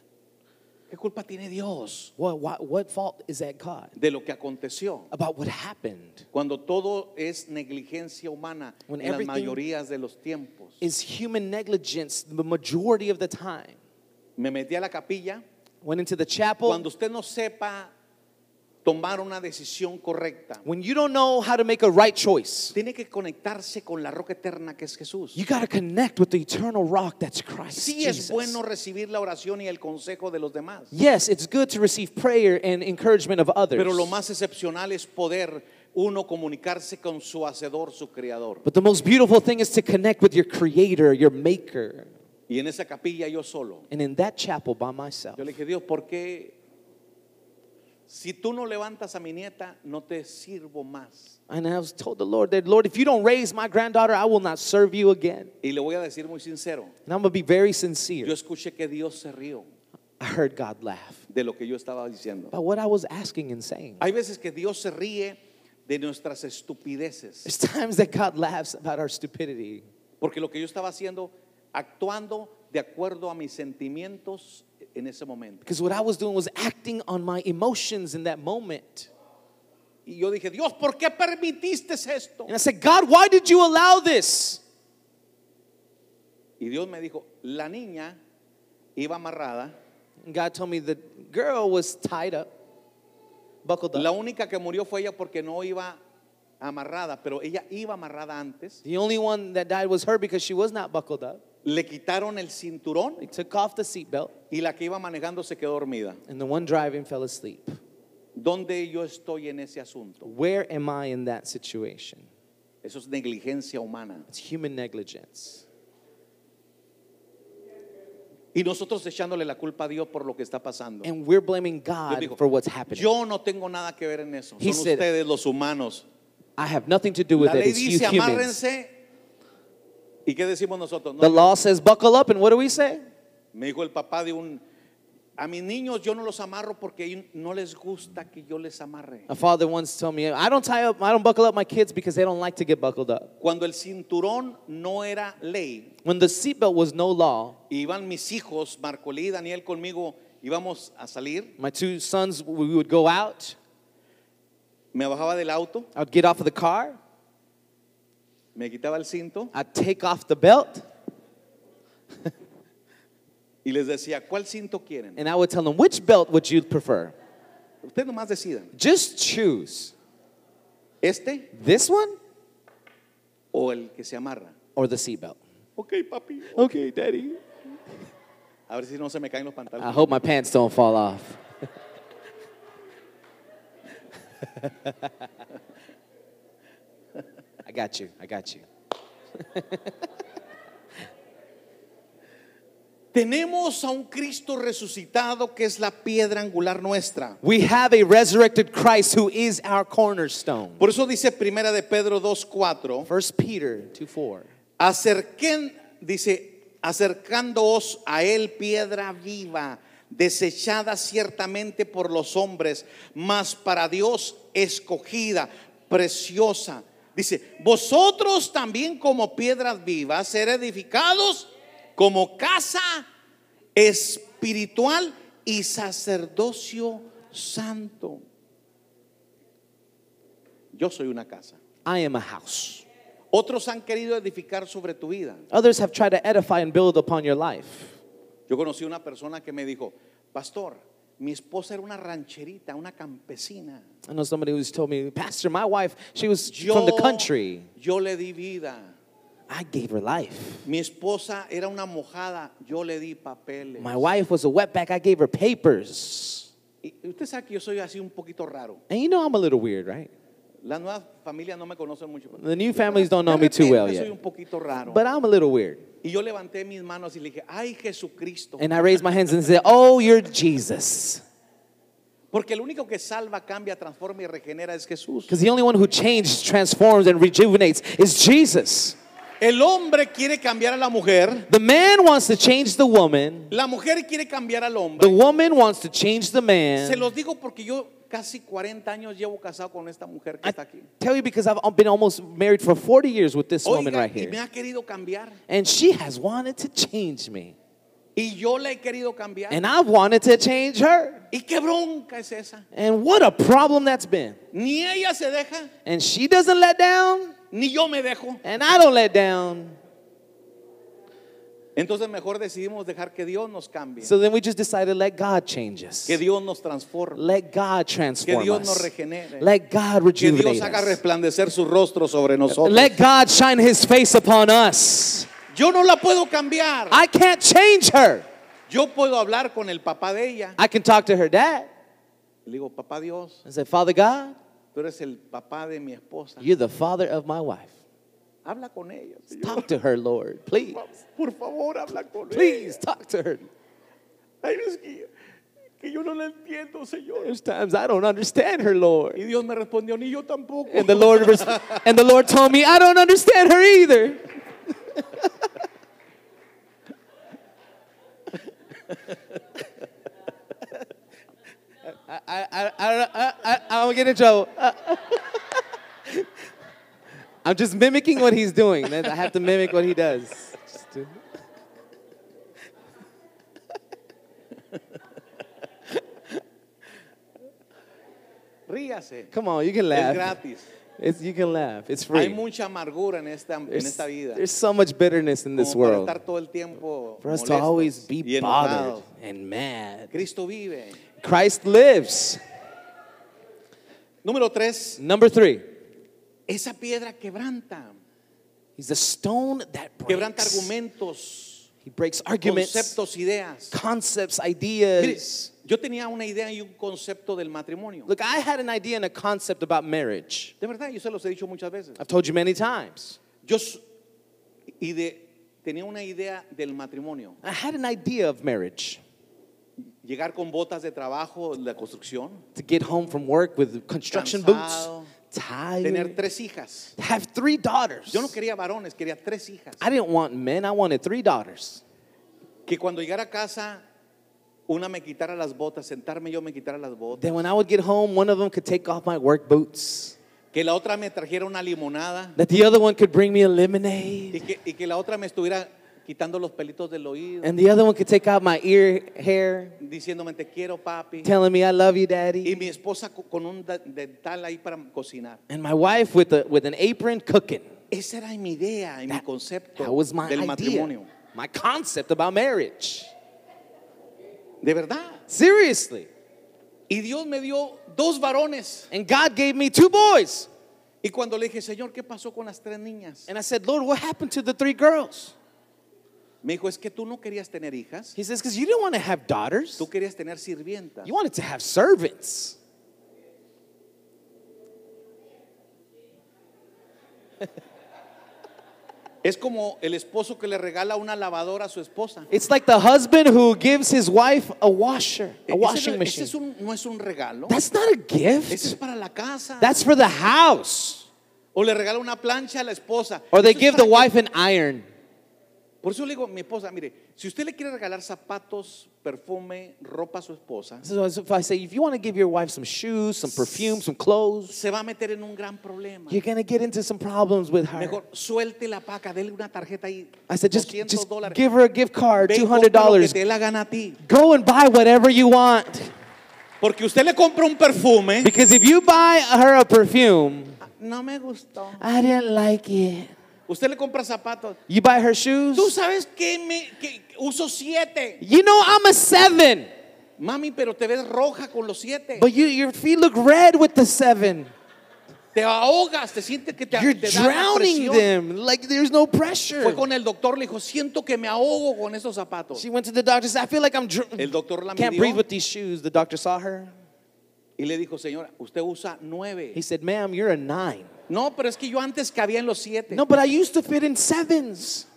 S2: ¿Qué culpa tiene Dios
S3: What, what, what fault is that God
S2: de lo que aconteció?
S3: about what happened?
S2: Cuando todo es negligencia humana
S3: When
S2: en las
S3: everything-
S2: mayorías de los tiempos.
S3: Is human negligence the majority of the time?
S2: Me metí a la capilla.
S3: Went into the chapel.
S2: Cuando usted no sepa tomar una decisión correcta,
S3: when you don't know how to make a right choice,
S2: tiene que conectarse con la roca eterna que es Jesús.
S3: you got to connect with the eternal rock that's Christ.
S2: Sí es
S3: Jesus.
S2: bueno recibir la oración y el consejo de los demás,
S3: Yes, it's good to receive prayer and encouragement of others.
S2: pero lo más excepcional es poder uno comunicarse con su hacedor, su creador.
S3: but the most beautiful thing is to connect with your creator, your maker.
S2: Y en esa capilla yo solo.
S3: And in that chapel by myself,
S2: Yo le dije, Dios, ¿por qué? Si tú no levantas a mi nieta, no te sirvo más.
S3: and I was told the Lord that, Lord, if you don't raise my granddaughter, I will not serve you again.
S2: Y le voy a decir muy sincero,
S3: And I'm going to be very sincere.
S2: yo escuché que Dios se rió
S3: I heard God laugh
S2: de lo que yo estaba diciendo.
S3: about what I was asking and saying.
S2: Hay veces que Dios se ríe de nuestras estupideces,
S3: There's times that God laughs about our stupidity.
S2: porque lo que yo estaba haciendo, actuando de acuerdo a mis sentimientos en ese momento.
S3: Because what I was doing was acting on my emotions in that moment.
S2: Y yo dije, Dios, ¿por qué permitiste esto?
S3: And I said, God, why did you allow this?
S2: Y Dios me dijo, la niña iba amarrada,
S3: And God told me the girl was tied up, buckled
S2: la
S3: up.
S2: única que murió fue ella porque no iba amarrada, pero ella iba amarrada antes.
S3: The only one that died was her because she was not buckled up.
S2: Le quitaron el
S3: They
S2: cinturón
S3: took off the seatbelt,
S2: y la que iba manejando se quedó dormida.
S3: and the one driving fell asleep.
S2: ¿Dónde yo estoy en ese asunto?
S3: Where am I in that situation?
S2: Eso es negligencia humana.
S3: It's human negligence.
S2: Y nosotros echándole la culpa a Dios por lo que está pasando.
S3: And we're blaming
S2: Dios
S3: God
S2: dijo,
S3: for what's happening.
S2: Yo no tengo nada que ver en eso.
S3: He
S2: Son
S3: said-
S2: ustedes los humanos.
S3: I have nothing to do with
S2: La
S3: it.
S2: ley
S3: It's you
S2: dice
S3: humans.
S2: amárrense. ¿Y qué decimos nosotros? No,
S3: The law says buckle up, and what do we say?
S2: Me dijo el papá de un... A mis niños yo no los amarro porque no les gusta que yo les amarre.
S3: A father once told me, I don't tie up, I don't buckle up my kids because they don't like to get buckled up.
S2: Cuando el cinturón no era ley,
S3: When the seatbelt was no law,
S2: iban mis hijos, Marcolí y Daniel conmigo, íbamos a salir,
S3: my two sons, we would go out,
S2: me bajaba del auto,
S3: I'd get off of the car,
S2: me quitaba el cinto
S3: I'd take off the belt,
S2: y les decía, ¿cuál cinto quieren?
S3: and I would tell them, which belt would you prefer?
S2: Ustedes nomás decidan,
S3: Just choose
S2: ¿este
S3: this one
S2: o el que se amarra.
S3: or the seatbelt.
S2: Ok, papi.
S3: Okay, daddy.
S2: A ver si no se me caen los pantalones.
S3: I hope my pants don't fall off. I got you. I got you.
S2: Tenemos a un Cristo resucitado que es la piedra angular nuestra.
S3: We have a resurrected Christ who is our cornerstone.
S2: Por eso dice primera de Pedro 2:4,
S3: First Peter 2 4.
S2: acerquen, dice, acercándoos a él piedra viva, desechada ciertamente por los hombres, mas para Dios escogida, preciosa. Dice, vosotros también como piedras vivas ser edificados como casa espiritual y sacerdocio santo. Yo soy una casa.
S3: I am a house.
S2: Otros han querido edificar sobre tu vida.
S3: Others have tried to edify and build upon your life.
S2: Yo conocí una persona que me dijo, pastor, mi esposa era una rancherita, una campesina.
S3: I know somebody who's told me, Pastor, my wife, she was
S2: Yo,
S3: from the country.
S2: yo le di vida.
S3: I gave her life.
S2: Mi esposa era una mojada, yo le di papeles.
S3: My wife was a wetback. I gave her papers.
S2: Y usted sabe que yo soy así un poquito raro.
S3: And you know I'm a little weird, right?
S2: Las nuevas familias no me conocen mucho.
S3: The new families don't
S2: De
S3: know me too
S2: repente
S3: well
S2: Soy un
S3: yet.
S2: poquito raro.
S3: But I'm a little weird.
S2: y yo levanté mis manos y le dije, ay Jesucristo.
S3: And I raise my hands and say, Oh, you're Jesus.
S2: Porque el único que salva, cambia, transforma y regenera es Jesús.
S3: Because the only one who changes, transforms, and rejuvenates is Jesus.
S2: El hombre quiere cambiar a la mujer.
S3: The man wants to change the woman,
S2: La mujer quiere cambiar al
S3: the
S2: hombre.
S3: woman wants to change
S2: Se
S3: the man.
S2: los digo porque yo casi 40 años llevo casado con esta mujer que
S3: I
S2: está aquí.
S3: tell you because I've been almost married for 40 years with this woman
S2: Oiga,
S3: right
S2: y me
S3: here.
S2: ha querido cambiar.
S3: And she has wanted to change me.
S2: Y yo la he querido cambiar.
S3: And I've wanted to change her.
S2: ¿Y qué bronca es esa?
S3: And what a problem that's been.
S2: Ni ella se deja,
S3: And she doesn't let down,
S2: ni yo me dejo.
S3: and I don't let down.
S2: Entonces mejor decidimos dejar que Dios nos cambie,
S3: So then we just decided let God change us.
S2: que Dios nos transforme,
S3: Let God transform
S2: Que Dios
S3: us.
S2: nos regenere.
S3: Let God
S2: que Dios
S3: rejuvenate
S2: haga
S3: us.
S2: resplandecer su rostro sobre nosotros.
S3: Let God shine his face upon us.
S2: Yo no la puedo cambiar.
S3: I can't change her.
S2: Yo puedo hablar con el papá de ella.
S3: I can talk to her dad
S2: Le digo, papá Dios,
S3: and say, Father God,
S2: tú eres el papá de mi esposa.
S3: you're the father of my wife.
S2: Habla con ella. Señor.
S3: Talk to her, Lord. Please.
S2: Por favor, habla con
S3: Please
S2: ella.
S3: talk to her.
S2: Hay veces que, que yo no la entiendo, Señor.
S3: There's times I don't understand her, Lord.
S2: Y Dios me respondió, ni yo tampoco.
S3: And the Lord res- and the Lord told me, I don't understand her either. I, I, I, I, I, I, I don't get in trouble. I'm just mimicking what he's doing. That- I have to mimic what he does. Just do-
S2: Ríase.
S3: Come on, you can
S2: Es
S3: laugh.
S2: gratis.
S3: It's, you can laugh. It's
S2: Hay
S3: free.
S2: mucha amargura en esta, en
S3: There's,
S2: esta vida.
S3: there's so much bitterness in this
S2: como para
S3: world.
S2: estar todo el tiempo
S3: For us to
S2: molestos
S3: always
S2: y
S3: be bothered
S2: enojados.
S3: and mad.
S2: Cristo vive.
S3: Christ lives.
S2: Número tres,
S3: Number three,
S2: esa piedra quebranta.
S3: he's a stone that
S2: Quebranta
S3: breaks.
S2: argumentos,
S3: He breaks arguments,
S2: conceptos, ideas.
S3: concepts,
S2: Mire,
S3: ideas.
S2: yo tenía una idea y un concepto del matrimonio.
S3: Look, I had an idea and a concept about marriage.
S2: De verdad, yo se los he dicho muchas veces.
S3: I've told you many times.
S2: Yo s- y de- tenía una idea del matrimonio.
S3: I had an idea of marriage
S2: Llegar con botas de trabajo, la construcción.
S3: to get home from work with construction
S2: Cansado.
S3: boots, tired,
S2: Tener tres hijas.
S3: have three daughters.
S2: Yo no quería varones, quería tres hijas.
S3: I didn't want men. I wanted three daughters.
S2: Que cuando llegara a casa, una me quitara las botas, sentarme yo me quitara las botas.
S3: Then when I would get home, one of them could take off my work boots.
S2: Que la otra me trajera una limonada.
S3: That the other one could bring me a lemonade.
S2: Y que, y que la otra me estuviera quitando los pelitos del oído.
S3: And the other one could take out my ear hair,
S2: Diciéndome, te quiero, papi.
S3: telling me I love you,
S2: Y
S3: daddy.
S2: mi esposa co- con un da- dental ahí para cocinar.
S3: And my wife with a with an apron cooking.
S2: Esa era mi idea y mi concepto
S3: That was my
S2: del
S3: idea.
S2: matrimonio.
S3: My concept about marriage.
S2: De verdad.
S3: Seriously.
S2: Y Dios me dio dos varones.
S3: And God gave me two boys.
S2: Y cuando le dije, Señor, ¿qué pasó con las tres niñas?
S3: And I said, Lord, what happened to the three girls?
S2: Me dijo, es que tú no querías tener hijas.
S3: He says, because you didn't want to have daughters.
S2: Tú querías tener sirvientas.
S3: You wanted to have servants.
S2: Es como el esposo que le regala una lavadora a su esposa.
S3: It's like the husband who gives his wife a washer,
S2: Ese no-
S3: a washing
S2: ese
S3: machine.
S2: es un- no es un regalo.
S3: That's not a
S2: Ese es
S3: gift.
S2: para la casa.
S3: That's for the house.
S2: O le regala una plancha a la esposa.
S3: Or they
S2: Eso es
S3: give the
S2: para que-
S3: wife an iron.
S2: Por eso le digo a mi esposa, mire, si usted le quiere regalar zapatos, perfume, ropa a su esposa,
S3: So if I say, if you want to give your wife some shoes, some perfume, some clothes,
S2: se va a meter en un gran problema.
S3: you're gonna get into some problems with her.
S2: Mejor suelte la paca, dele una tarjeta ahí.
S3: I said, just,
S2: 200
S3: just
S2: dólares.
S3: give her a gift card,
S2: Ve y
S3: two
S2: compra
S3: hundred
S2: lo que
S3: dollars.
S2: te dé la gana a ti.
S3: Go and buy whatever you want.
S2: Porque usted le compra un perfume.
S3: Because if you buy her a perfume,
S2: No me gustó.
S3: I didn't like it.
S2: Usted le compra zapatos.
S3: You buy her
S2: Tú
S3: shoes.
S2: sabes que, me, que que uso siete.
S3: You know I'm a seven,
S2: Mami, pero te ves roja con los siete.
S3: but you your feet look red with the seven.
S2: Te ahogas, te sientes que te,
S3: You're
S2: te da la
S3: drowning
S2: presión.
S3: them. Like there's no
S2: Fue
S3: pressure.
S2: con el doctor, le dijo, siento que me ahogo con esos zapatos.
S3: She went to the doctor. Said, I feel like I'm. Dr-
S2: El doctor la
S3: Can't breathe
S2: midió
S3: with these shoes. The doctor saw her.
S2: y le dijo, señora, usted usa nueve.
S3: He said, "Ma'am, you're a nine.
S2: No, pero es que yo antes cabía en los siete.
S3: No, but I used to fit in sevens.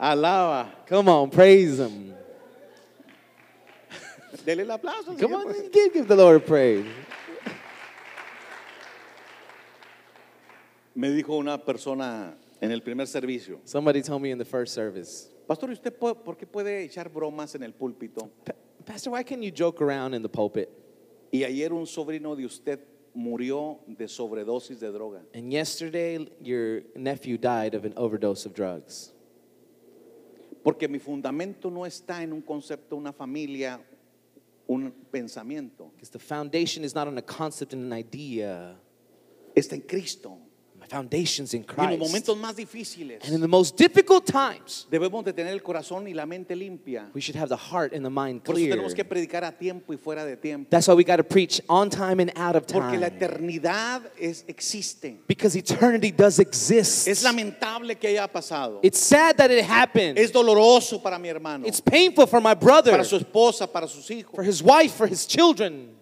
S2: Alaba.
S3: Come on, praise him.
S2: Dele el aplauso.
S3: Come
S2: señor,
S3: on,
S2: pues.
S3: give, give the Lord praise.
S2: Me dijo una persona en el primer servicio,
S3: Somebody told me in the first service,
S2: pastor, ¿y usted po- por qué puede echar bromas en el púlpito?
S3: "Pa- Pastor, why can not you joke around in the pulpit?
S2: Y ayer un sobrino de usted murió de sobredosis de droga.
S3: And yesterday, your nephew died of an overdose of drugs.
S2: Porque mi fundamento no está en un concepto, una familia, un pensamiento.
S3: Because the foundation is not on a concept and an idea.
S2: Está en Cristo.
S3: My foundation's in
S2: Y en
S3: Christ.
S2: los momentos más difíciles
S3: and in the most difficult times,
S2: debemos de tener el corazón y la mente limpia.
S3: we should have the heart and the mind
S2: Por eso
S3: clear.
S2: tenemos que predicar a tiempo y fuera de tiempo.
S3: That's why we got to preach on time and out of
S2: Porque
S3: time.
S2: la eternidad es, existe.
S3: because eternity does exist.
S2: Es lamentable que haya pasado.
S3: it's sad that it happened.
S2: Es doloroso para mi hermano,
S3: it's painful for my brother,
S2: para su esposa, para sus
S3: for
S2: hijos.
S3: his wife, for his children.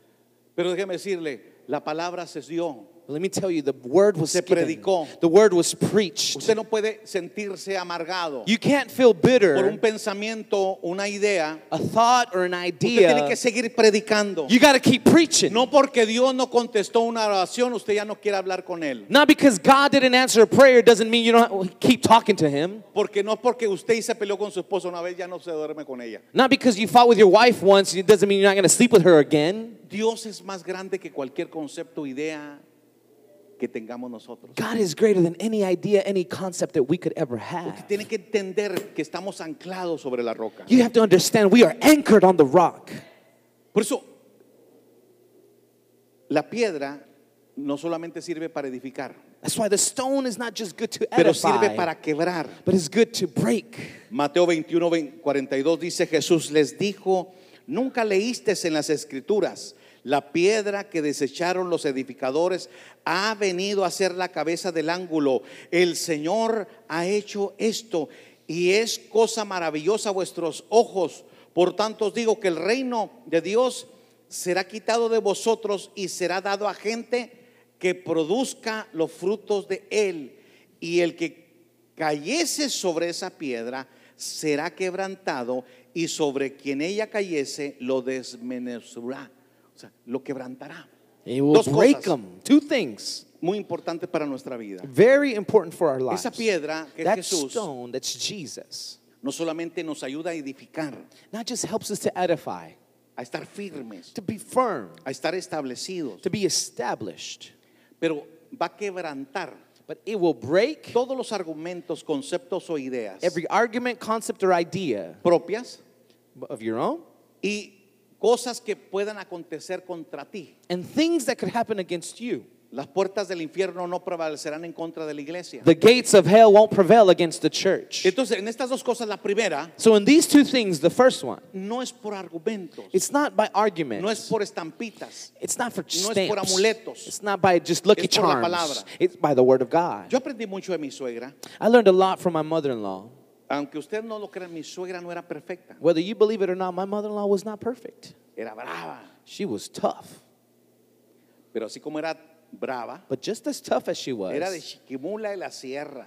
S2: Pero déjeme decirle, la palabra se dio.
S3: But let me tell you, the word was
S2: Se
S3: given.
S2: predicó.
S3: The word was preached.
S2: Usted no puede sentirse amargado
S3: you can't feel bitter,
S2: por un pensamiento, una idea.
S3: a thought or an
S2: Usted tiene
S3: idea.
S2: que seguir predicando.
S3: You got to keep preaching.
S2: No porque Dios no contestó una oración, usted ya no quiere hablar con Él.
S3: Not because God didn't answer a prayer doesn't mean you don't keep talking to Him.
S2: Porque no porque usted se peleó con su esposa una vez, ya no se duerme con ella.
S3: Not because you fought with your wife once, it doesn't mean you're not going to sleep with her again.
S2: Dios es más grande que cualquier concepto, idea que tengamos nosotros.
S3: God is greater than any idea, any concept that we could ever have.
S2: Tiene que entender que estamos anclados sobre la roca.
S3: You have to understand we are anchored on the rock.
S2: Por eso, la piedra no solamente sirve para edificar,
S3: That's why the stone is not just good to
S2: pero sirve
S3: edify,
S2: para quebrar.
S3: but it's good to break.
S2: Mateo 21, 20, 42 dice, Jesús les dijo, nunca leísteis en las escrituras, la piedra que desecharon los edificadores ha venido a ser la cabeza del ángulo. El Señor ha hecho esto y es cosa maravillosa a vuestros ojos. Por tanto os digo que el reino de Dios será quitado de vosotros y será dado a gente que produzca los frutos de él. Y el que cayese sobre esa piedra será quebrantado y sobre quien ella cayese lo desmenuzará, o sea, lo quebrantará.
S3: It will
S2: Dos
S3: break
S2: cosas
S3: them. Two things.
S2: muy importantes para nuestra vida.
S3: Very important for our lives.
S2: Esa piedra que es
S3: that
S2: Jesús
S3: stone, that's Jesus,
S2: no solamente nos ayuda a edificar,
S3: not just helps us to edify,
S2: a estar firmes,
S3: to be firm,
S2: a estar establecidos,
S3: to be established,
S2: pero va a quebrantar
S3: but it will break
S2: todos los argumentos, conceptos o ideas
S3: every argument, concept, or idea
S2: propias
S3: of your own
S2: y cosas que puedan acontecer contra ti.
S3: and things that could happen against you.
S2: Las puertas del infierno no prevalecerán en contra de la iglesia.
S3: The gates of hell won't prevail against the church.
S2: Entonces, en estas dos cosas, la primera
S3: So, in these two things, the first one,
S2: no es por argumentos,
S3: it's not by argument.
S2: no es por estampitas.
S3: It's not for
S2: No
S3: stamps.
S2: es por amuletos.
S3: It's not by just lucky
S2: Es por la
S3: charms.
S2: palabra.
S3: It's by the word of God.
S2: Yo aprendí mucho de mi suegra,
S3: I learned a lot from my mother-in-law.
S2: aunque usted no lo crean, mi suegra no era perfecta,
S3: Whether you believe it or not, my mother-in-law was not perfect.
S2: era brava,
S3: She was tough,
S2: pero así como era brava,
S3: but just as tough as she
S2: era de
S3: was.
S2: Chiquimula de la Sierra,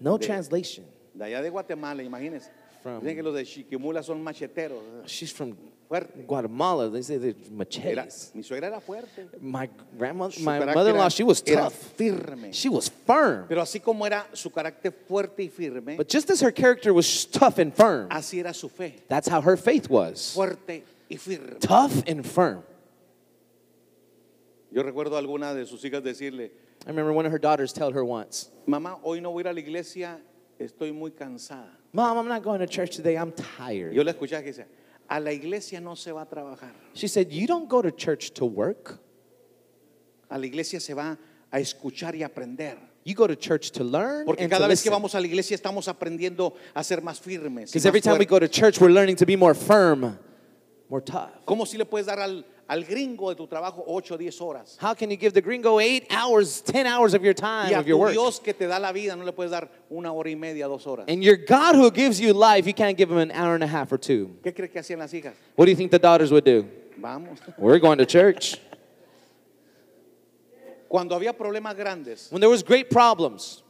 S3: No
S2: de-
S3: translation.
S2: de allá de Guatemala, imagínense.
S3: From-
S2: Dicen que los de Chiquimula son macheteros,
S3: She's from
S2: fuerte.
S3: Guatemala. They say they're
S2: Era-
S3: machetes.
S2: mi suegra era fuerte.
S3: My grandmother,
S2: Su
S3: my
S2: carácter
S3: mother-in-law,
S2: era-
S3: she was
S2: era
S3: tough.
S2: firme.
S3: She was firm.
S2: Pero así como era su carácter fuerte y firme,
S3: But just as her character was tough and firm,
S2: así era su fe,
S3: that's how her faith was.
S2: fuerte y firme.
S3: Tough and firm.
S2: Yo recuerdo a alguna de sus hijas decirle,
S3: I remember one of her daughters told her once,
S2: mamá, hoy no voy a ir a la iglesia, estoy muy cansada.
S3: Mom, I'm not going to church today. I'm
S2: Y
S3: tired.
S2: Yo la escuchaba que decía, a la iglesia no se va a trabajar,
S3: She said, You don't go to church to work.
S2: a la iglesia se va a escuchar y aprender.
S3: You go to church to learn
S2: Porque
S3: and to
S2: cada vez que
S3: listen.
S2: vamos a la iglesia estamos aprendiendo a ser más firmes. y
S3: Because
S2: más
S3: every time we
S2: fuertes.
S3: go to church, we're learning to be more firm, more tough.
S2: ¿Cómo si le puedes dar al, al gringo de tu trabajo 8 o 10 horas?
S3: How can you give the gringo eight hours, ten hours of your time,
S2: Y a
S3: of Ah, your
S2: tu
S3: work?
S2: Dios que te da la vida no le puedes dar una hora y media, dos horas.
S3: And your God who gives you life, you can't give him an hour and a half or two.
S2: ¿Qué crees que hacían las hijas?
S3: What do you think the daughters would do?
S2: Vamos.
S3: We're going to church.
S2: Cuando había problemas grandes,
S3: When there was great problems,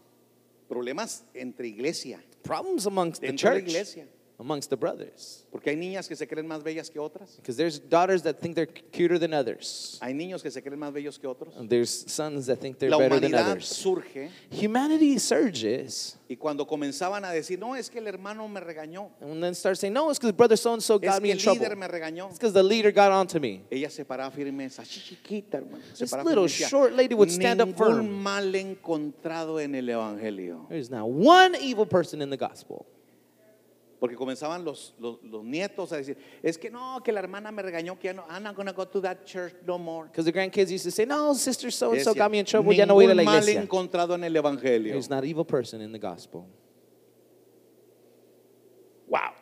S2: problemas entre iglesia,
S3: problems amongst the
S2: dentro de la
S3: church,
S2: iglesia,
S3: amongst the brothers.
S2: porque hay niñas que se creen más bellas que otras,
S3: Because there's daughters that think they're cuter than others.
S2: hay niños que se creen más bellos que otros.
S3: And there's sons that think they're
S2: La
S3: better than
S2: humanidad
S3: others.
S2: surge
S3: Humanity surges.
S2: y cuando comenzaban a decir, no, es que el hermano me regañó,
S3: And then start saying, no, it's because brother so-and-so
S2: es
S3: got me
S2: que
S3: in
S2: el
S3: trouble.
S2: líder me regañó.
S3: It's because the leader got onto me.
S2: Ella se paraba firme, esa chiquita, hermano. se
S3: This
S2: paraba
S3: little
S2: firme y decía,
S3: short lady would stand up
S2: "Ningún
S3: firm."
S2: mal encontrado en el evangelio.
S3: There's not one evil person in the gospel.
S2: Porque comenzaban los, los, los nietos a decir, es que no, que la hermana me regañó, que ya no, I'm not gonna go to that church no more.
S3: Because the grandkids used to say, no, sister so-and-so
S2: Decía,
S3: got me in trouble. Ya no voy a ir a la
S2: "Ningún mal
S3: iglesia.
S2: encontrado en el evangelio.
S3: There's not evil person in the gospel.
S2: Wow.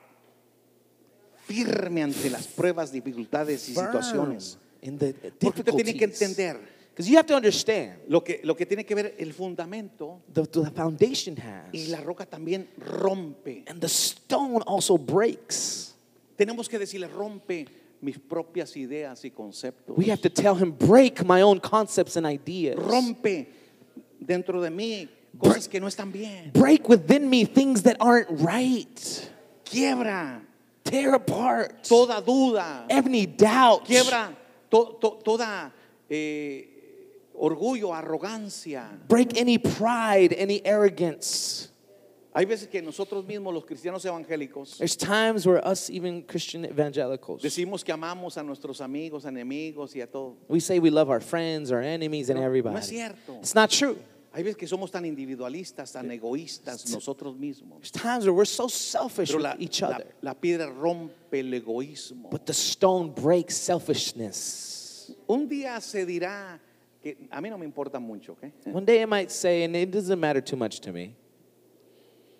S2: Firme ante las pruebas, dificultades y situaciones.
S3: in the
S2: Porque usted tiene que entender
S3: Because you have to understand
S2: lo que, lo que tiene que ver el fundamento
S3: the, the foundation has.
S2: y la roca también rompe.
S3: And the stone also breaks.
S2: Tenemos que decirle, rompe mis propias ideas y conceptos.
S3: We have to tell him, break my own concepts and ideas.
S2: Rompe dentro de mí cosas que no están bien.
S3: Break within me things that aren't right.
S2: Quiebra
S3: Tear apart
S2: toda duda.
S3: any doubt.
S2: Quiebra to- to- toda eh, orgullo, arrogancia.
S3: Break any pride, any arrogance.
S2: Hay veces que nosotros mismos, los cristianos evangélicos,
S3: There's times where us, even Christian evangelicals,
S2: decimos que amamos a nuestros amigos, enemigos y a todo.
S3: we say we love our friends, our enemies, and
S2: No, no
S3: everybody.
S2: es cierto.
S3: It's not true.
S2: Hay veces que somos tan individualistas, tan egoístas nosotros mismos.
S3: There's times where we're so selfish
S2: Pero
S3: with
S2: la,
S3: each
S2: la-
S3: other.
S2: la piedra rompe el egoísmo.
S3: But the stone breaks selfishness.
S2: Un día se dirá que a mí no me importa mucho. ¿ok?
S3: One day I might say, and it doesn't matter too much to me.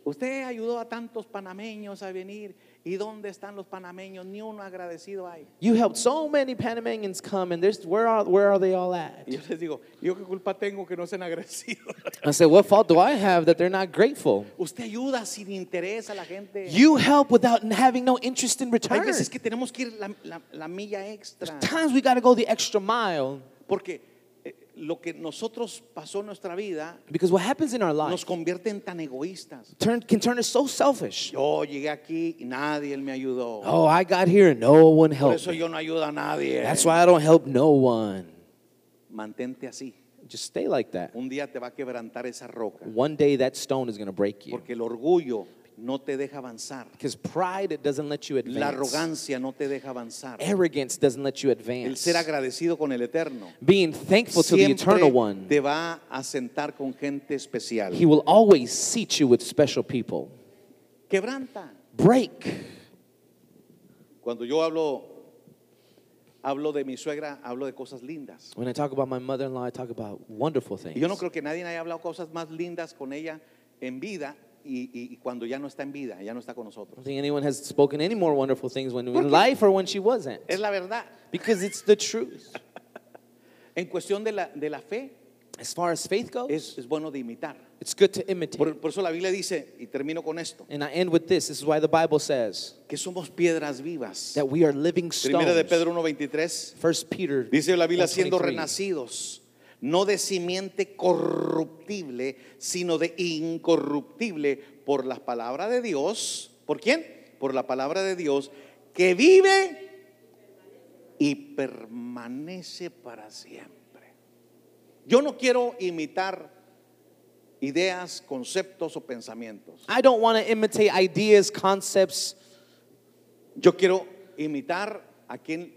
S2: Usted ayudó a tantos panameños a venir. ¿Y dónde están los panameños? Ni uno agradecido hay.
S3: You helped so many Panamanians come, and there's, where, are, where are they all at?
S2: Y yo les digo, ¿yo qué culpa tengo que no sean agradecidos?
S3: I said, What fault do I have that they're not grateful?
S2: Usted ayuda sin interés a la gente.
S3: You help without having no interest in
S2: Hay
S3: return.
S2: veces que tenemos que ir la, la- la milla extra.
S3: Times we got to go the extra mile
S2: Porque eh, lo que nosotros pasó en nuestra vida
S3: because what happens in our
S2: nos
S3: lives
S2: convierte en tan egoístas.
S3: turn, can turn us so selfish.
S2: Yo llegué aquí y nadie me ayudó.
S3: Oh, I got here and no one
S2: Por
S3: helped.
S2: eso
S3: me.
S2: yo no ayudo a nadie.
S3: That's why I don't help no one.
S2: Mantente así.
S3: Just stay like that.
S2: Un día te va a quebrantar esa roca.
S3: One day that stone is going to break you.
S2: Porque el orgullo no te deja avanzar.
S3: Because pride it doesn't let you
S2: La
S3: advance.
S2: arrogancia no te deja avanzar.
S3: Arrogance doesn't let you
S2: El
S3: advance.
S2: ser agradecido con el eterno
S3: Being thankful to the
S2: siempre
S3: eternal one,
S2: te va a sentar con gente especial.
S3: he will always seat you with special people.
S2: Quebranta.
S3: Break.
S2: Cuando yo hablo hablo de mi suegra, hablo de cosas lindas.
S3: When I talk about my mother-in-law, I talk about wonderful
S2: Y yo no
S3: things.
S2: creo que nadie haya hablado cosas más lindas con ella en vida y, y- y cuando ya no está en vida, ya no está con
S3: I don't
S2: nosotros.
S3: think anyone has spoken any more wonderful things when
S2: ¿Por
S3: in
S2: qué?
S3: life or when she wasn't.
S2: Es la verdad.
S3: Because it's the truth.
S2: En cuestión de la, de la fe,
S3: As far as faith goes,
S2: es, es bueno de imitar.
S3: it's good to imitate.
S2: Por, por eso la Biblia dice, y termino con esto,
S3: And I end with this. This is why the Bible says
S2: que somos piedras vivas.
S3: that we are living stones.
S2: Primera de Pedro 1.23,
S3: First Peter.
S2: dice la Biblia, siendo
S3: 1:23.
S2: renacidos, no de simiente corruptible, sino de incorruptible, por la palabra de Dios. ¿Por quién? Por la palabra de Dios, que vive y permanece para siempre. Yo no quiero imitar ideas, conceptos o pensamientos.
S3: I don't want to imitate ideas, concepts.
S2: Yo quiero imitar a quien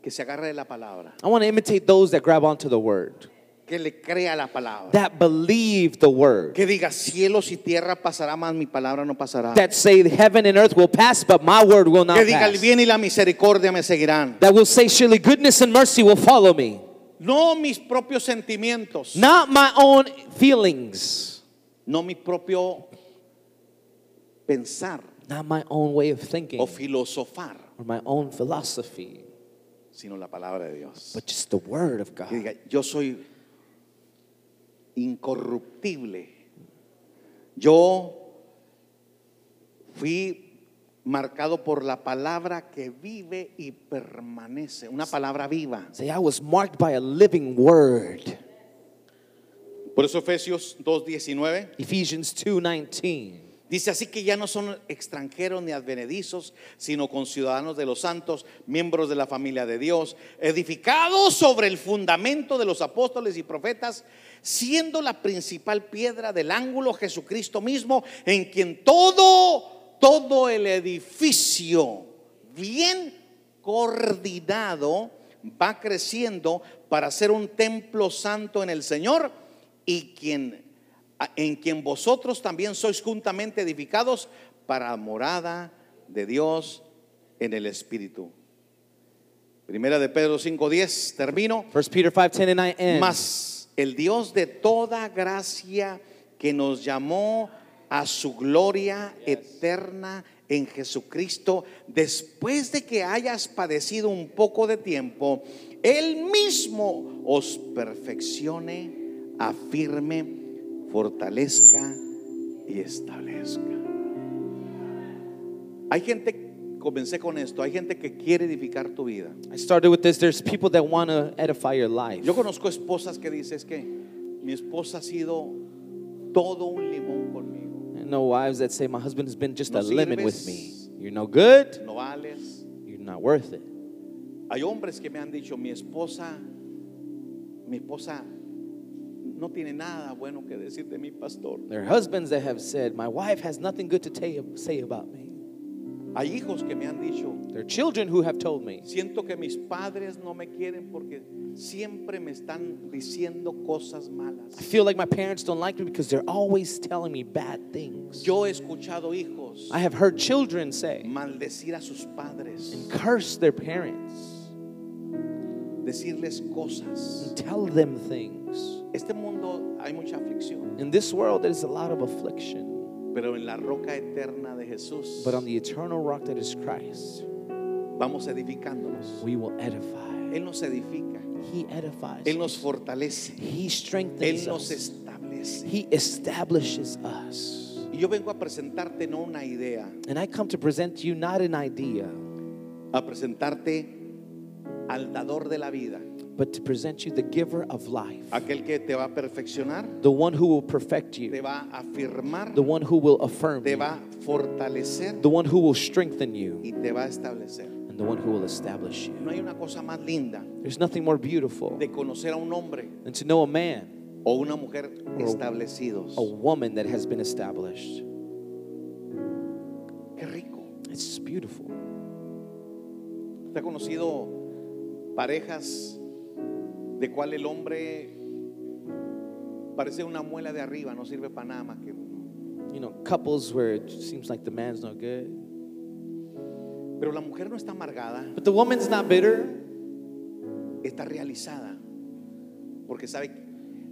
S2: que se agarre de la palabra,
S3: I want to imitate those that grab onto the word,
S2: que le crea la palabra,
S3: that believe the word,
S2: que diga cielos y tierra pasará más mi palabra no pasará.
S3: that say heaven and earth will pass, but my word will not
S2: Que diga el
S3: pass.
S2: bien y la misericordia me seguirán.
S3: That will say surely goodness and mercy will follow me.
S2: No mis propios sentimientos,
S3: not my own feelings,
S2: no mi propio pensar
S3: not my own way of thinking
S2: o
S3: or
S2: filosofar,
S3: my own philosophy,
S2: sino la palabra de Dios.
S3: but just the Word of
S2: Que
S3: God.
S2: diga, yo soy incorruptible. Yo fui marcado por la palabra que vive y permanece, una palabra viva.
S3: Say, I was marked by a living Word.
S2: Por eso Efesios 2:19
S3: Ephesians 2:19.
S2: dice así que ya no son extranjeros ni advenedizos, sino conciudadanos de los santos, miembros de la familia de Dios, edificados sobre el fundamento de los apóstoles y profetas, siendo la principal piedra del ángulo Jesucristo mismo, en quien todo todo el edificio bien coordinado va creciendo para ser un templo santo en el Señor y quien a- en quien vosotros también sois juntamente edificados para morada de Dios en el Espíritu. Primera de Pedro 5:10, termino.
S3: 1 Peter 5:10 and 9 ends.
S2: Mas el Dios de toda gracia que nos llamó a su gloria eterna en Jesucristo, después de que hayas padecido un poco de tiempo, Él mismo os perfeccione, afirme, fortalezca y establezca. Hay gente, comencé con esto, hay gente que quiere edificar tu vida.
S3: I started with this. There's people that want to edify your life.
S2: Yo conozco esposas que dicen, es que mi esposa ha sido todo un limón conmigo.
S3: I know wives that say, My husband has been just
S2: No
S3: a lemon
S2: sirves.
S3: with me. You're no good.
S2: No vales.
S3: You're not worth it.
S2: Hay hombres que me han dicho, mi esposa, mi esposa no tiene nada bueno que decir de mi pastor.
S3: There are husbands that have said, My wife has nothing good to ta- say about me.
S2: Hay hijos que me han dicho,
S3: There are children who have told me,
S2: siento que mis padres no me quieren porque siempre me están diciendo cosas
S3: I
S2: malas.
S3: feel like my parents don't like me because they're always telling me bad things.
S2: Yo he escuchado hijos
S3: I have heard children say
S2: maldecir a sus padres,
S3: and curse their parents
S2: decirles cosas.
S3: and tell them things.
S2: Este mundo hay mucha aflicción.
S3: In this world, there's a lot of affliction,
S2: Pero en la roca eterna de Jesús
S3: but on the eternal rock that is Christ,
S2: vamos edificándonos.
S3: we will edify.
S2: Él nos edifica,
S3: He edifies.
S2: Él nos
S3: us.
S2: fortalece,
S3: He
S2: Él
S3: strengthens
S2: nos
S3: us.
S2: establece.
S3: He establishes us.
S2: Y yo vengo a presentarte no una idea,
S3: And I come to present you not an idea,
S2: a presentarte al dador de la vida,
S3: but to present you the giver of life,
S2: aquel que te va a perfeccionar,
S3: the one who will perfect
S2: te
S3: you,
S2: va a afirmar,
S3: the one who will affirm
S2: te
S3: you,
S2: va a fortalecer
S3: the one who will strengthen you,
S2: y te va a establecer.
S3: and the one who will establish you.
S2: No hay una cosa más linda
S3: There's nothing more beautiful
S2: de conocer a un hombre
S3: than to know a man,
S2: o una mujer
S3: Oh.
S2: establecidos.
S3: a woman that has been established.
S2: Qué rico.
S3: It's just beautiful.
S2: ¿Usted ha conocido parejas de cual el hombre parece una muela de arriba, no sirve para nada más que
S3: You know, couples where it seems like the man's no good,
S2: Pero la mujer no está amargada,
S3: but the woman's not bitter.
S2: está realizada. Porque sabe que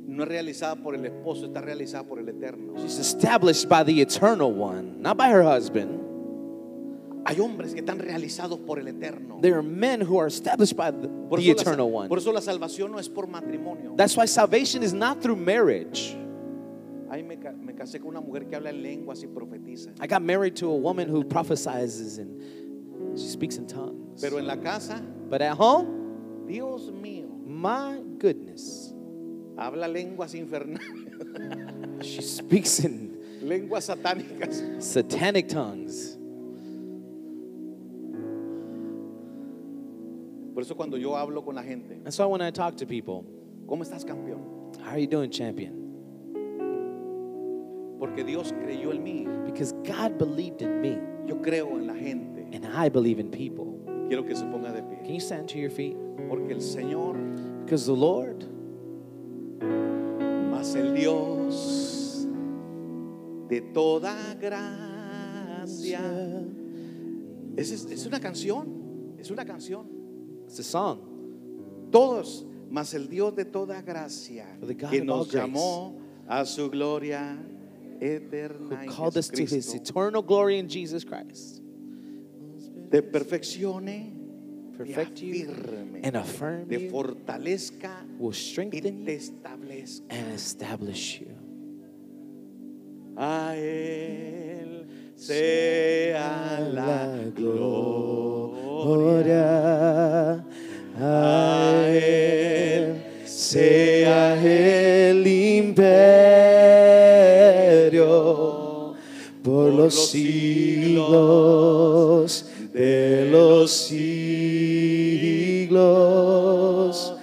S2: no es realizada por el esposo, está realizada por el Eterno.
S3: She's established by the eternal one, not by her husband.
S2: Hay hombres que están realizados por el Eterno.
S3: There are men who are established by the,
S2: Por
S3: the
S2: eso la-
S3: eternal one.
S2: por eso la salvación no es por matrimonio.
S3: That's why salvation is not through marriage.
S2: Ay, me, ca- me casé con una mujer que habla en lenguas y profetiza.
S3: I got married to a woman who prophesizes and she speaks in tongues.
S2: Pero en la casa,
S3: But at home,
S2: Dios mío,
S3: my goodness,
S2: habla lenguas infernales.
S3: she speaks in
S2: lenguas satánicas.
S3: satanic tongues.
S2: Por eso cuando yo hablo con la gente,
S3: And so when I talk to people,
S2: ¿cómo estás campeón?
S3: how are you doing, champion?
S2: Porque Dios creyó en mí.
S3: Because God believed in me,
S2: Yo creo en la gente.
S3: and I believe in people.
S2: Quiero que se ponga de
S3: Can
S2: pie.
S3: you stand to your feet?
S2: Porque el Señor,
S3: Because the Lord,
S2: más el Dios de toda gracia. Es, es, es una canción, es una canción.
S3: it's a song.
S2: Todos mas el Dios de toda gracia
S3: But the God
S2: que
S3: of
S2: nos
S3: all grace,
S2: llamó a su gloria
S3: who
S2: eterna en
S3: called us to his
S2: Jesucristo,
S3: eternal glory in Jesus Christ,
S2: te perfeccione,
S3: perfect
S2: te
S3: you
S2: afirme,
S3: and affirm
S2: te
S3: you,
S2: fortalezca
S3: will
S2: y
S3: strengthen
S2: te
S3: you
S2: establezca.
S3: and establish you.
S2: A él sea la gloria.
S3: Gloria
S2: a él sea
S3: el imperio por
S2: los siglos
S3: de los siglos.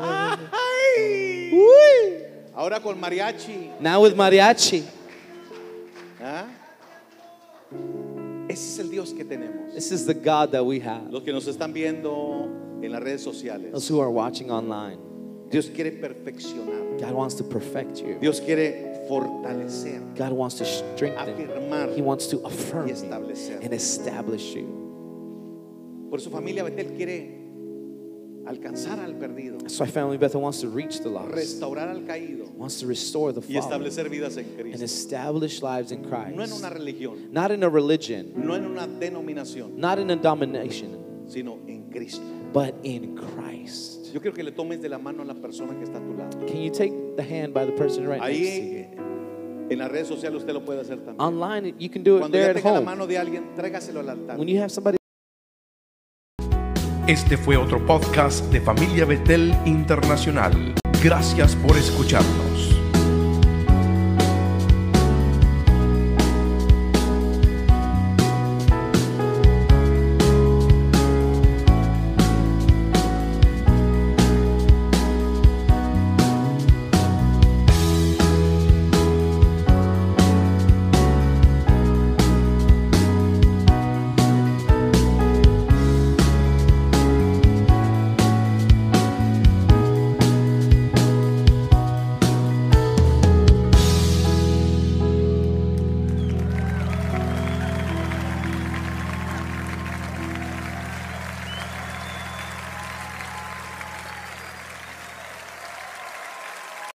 S3: Amén.
S2: Ahora con mariachi.
S3: Now with mariachi,
S2: ¿ah? Ese es el Dios que tenemos.
S3: this is the God that we have.
S2: Los que nos están viendo en las redes sociales.
S3: Those who are watching online,
S2: Dios quiere perfeccionar.
S3: God wants to perfect you.
S2: Dios quiere fortalecer.
S3: God wants to strengthen.
S2: Afirmar
S3: he wants to affirm
S2: y
S3: you
S2: establecer.
S3: and establish you.
S2: Por su familia Betel quiere alcanzar al perdido,
S3: That's why Family Bethel wants to reach the lost,
S2: restaurar al caído
S3: wants to restore the
S2: y
S3: fallen,
S2: establecer vidas en
S3: and
S2: Cristo.
S3: establish lives in Christ.
S2: No en una religión,
S3: Not in a religion,
S2: no en una denominación,
S3: not in a domination,
S2: sino en Cristo.
S3: but in Christ.
S2: Yo quiero que le tomes de la mano a la persona que está a tu lado.
S3: Can you take the hand by the person right next to you?
S2: Ahí en las redes sociales usted lo puede hacer también.
S3: Online, you can do it
S2: Cuando
S3: there
S2: ya
S3: at
S2: tenga la
S3: home.
S2: mano de alguien, tráigaselo al altar.
S3: When you have somebody
S1: Este fue otro podcast de Familia Betel Internacional. Gracias por escucharnos.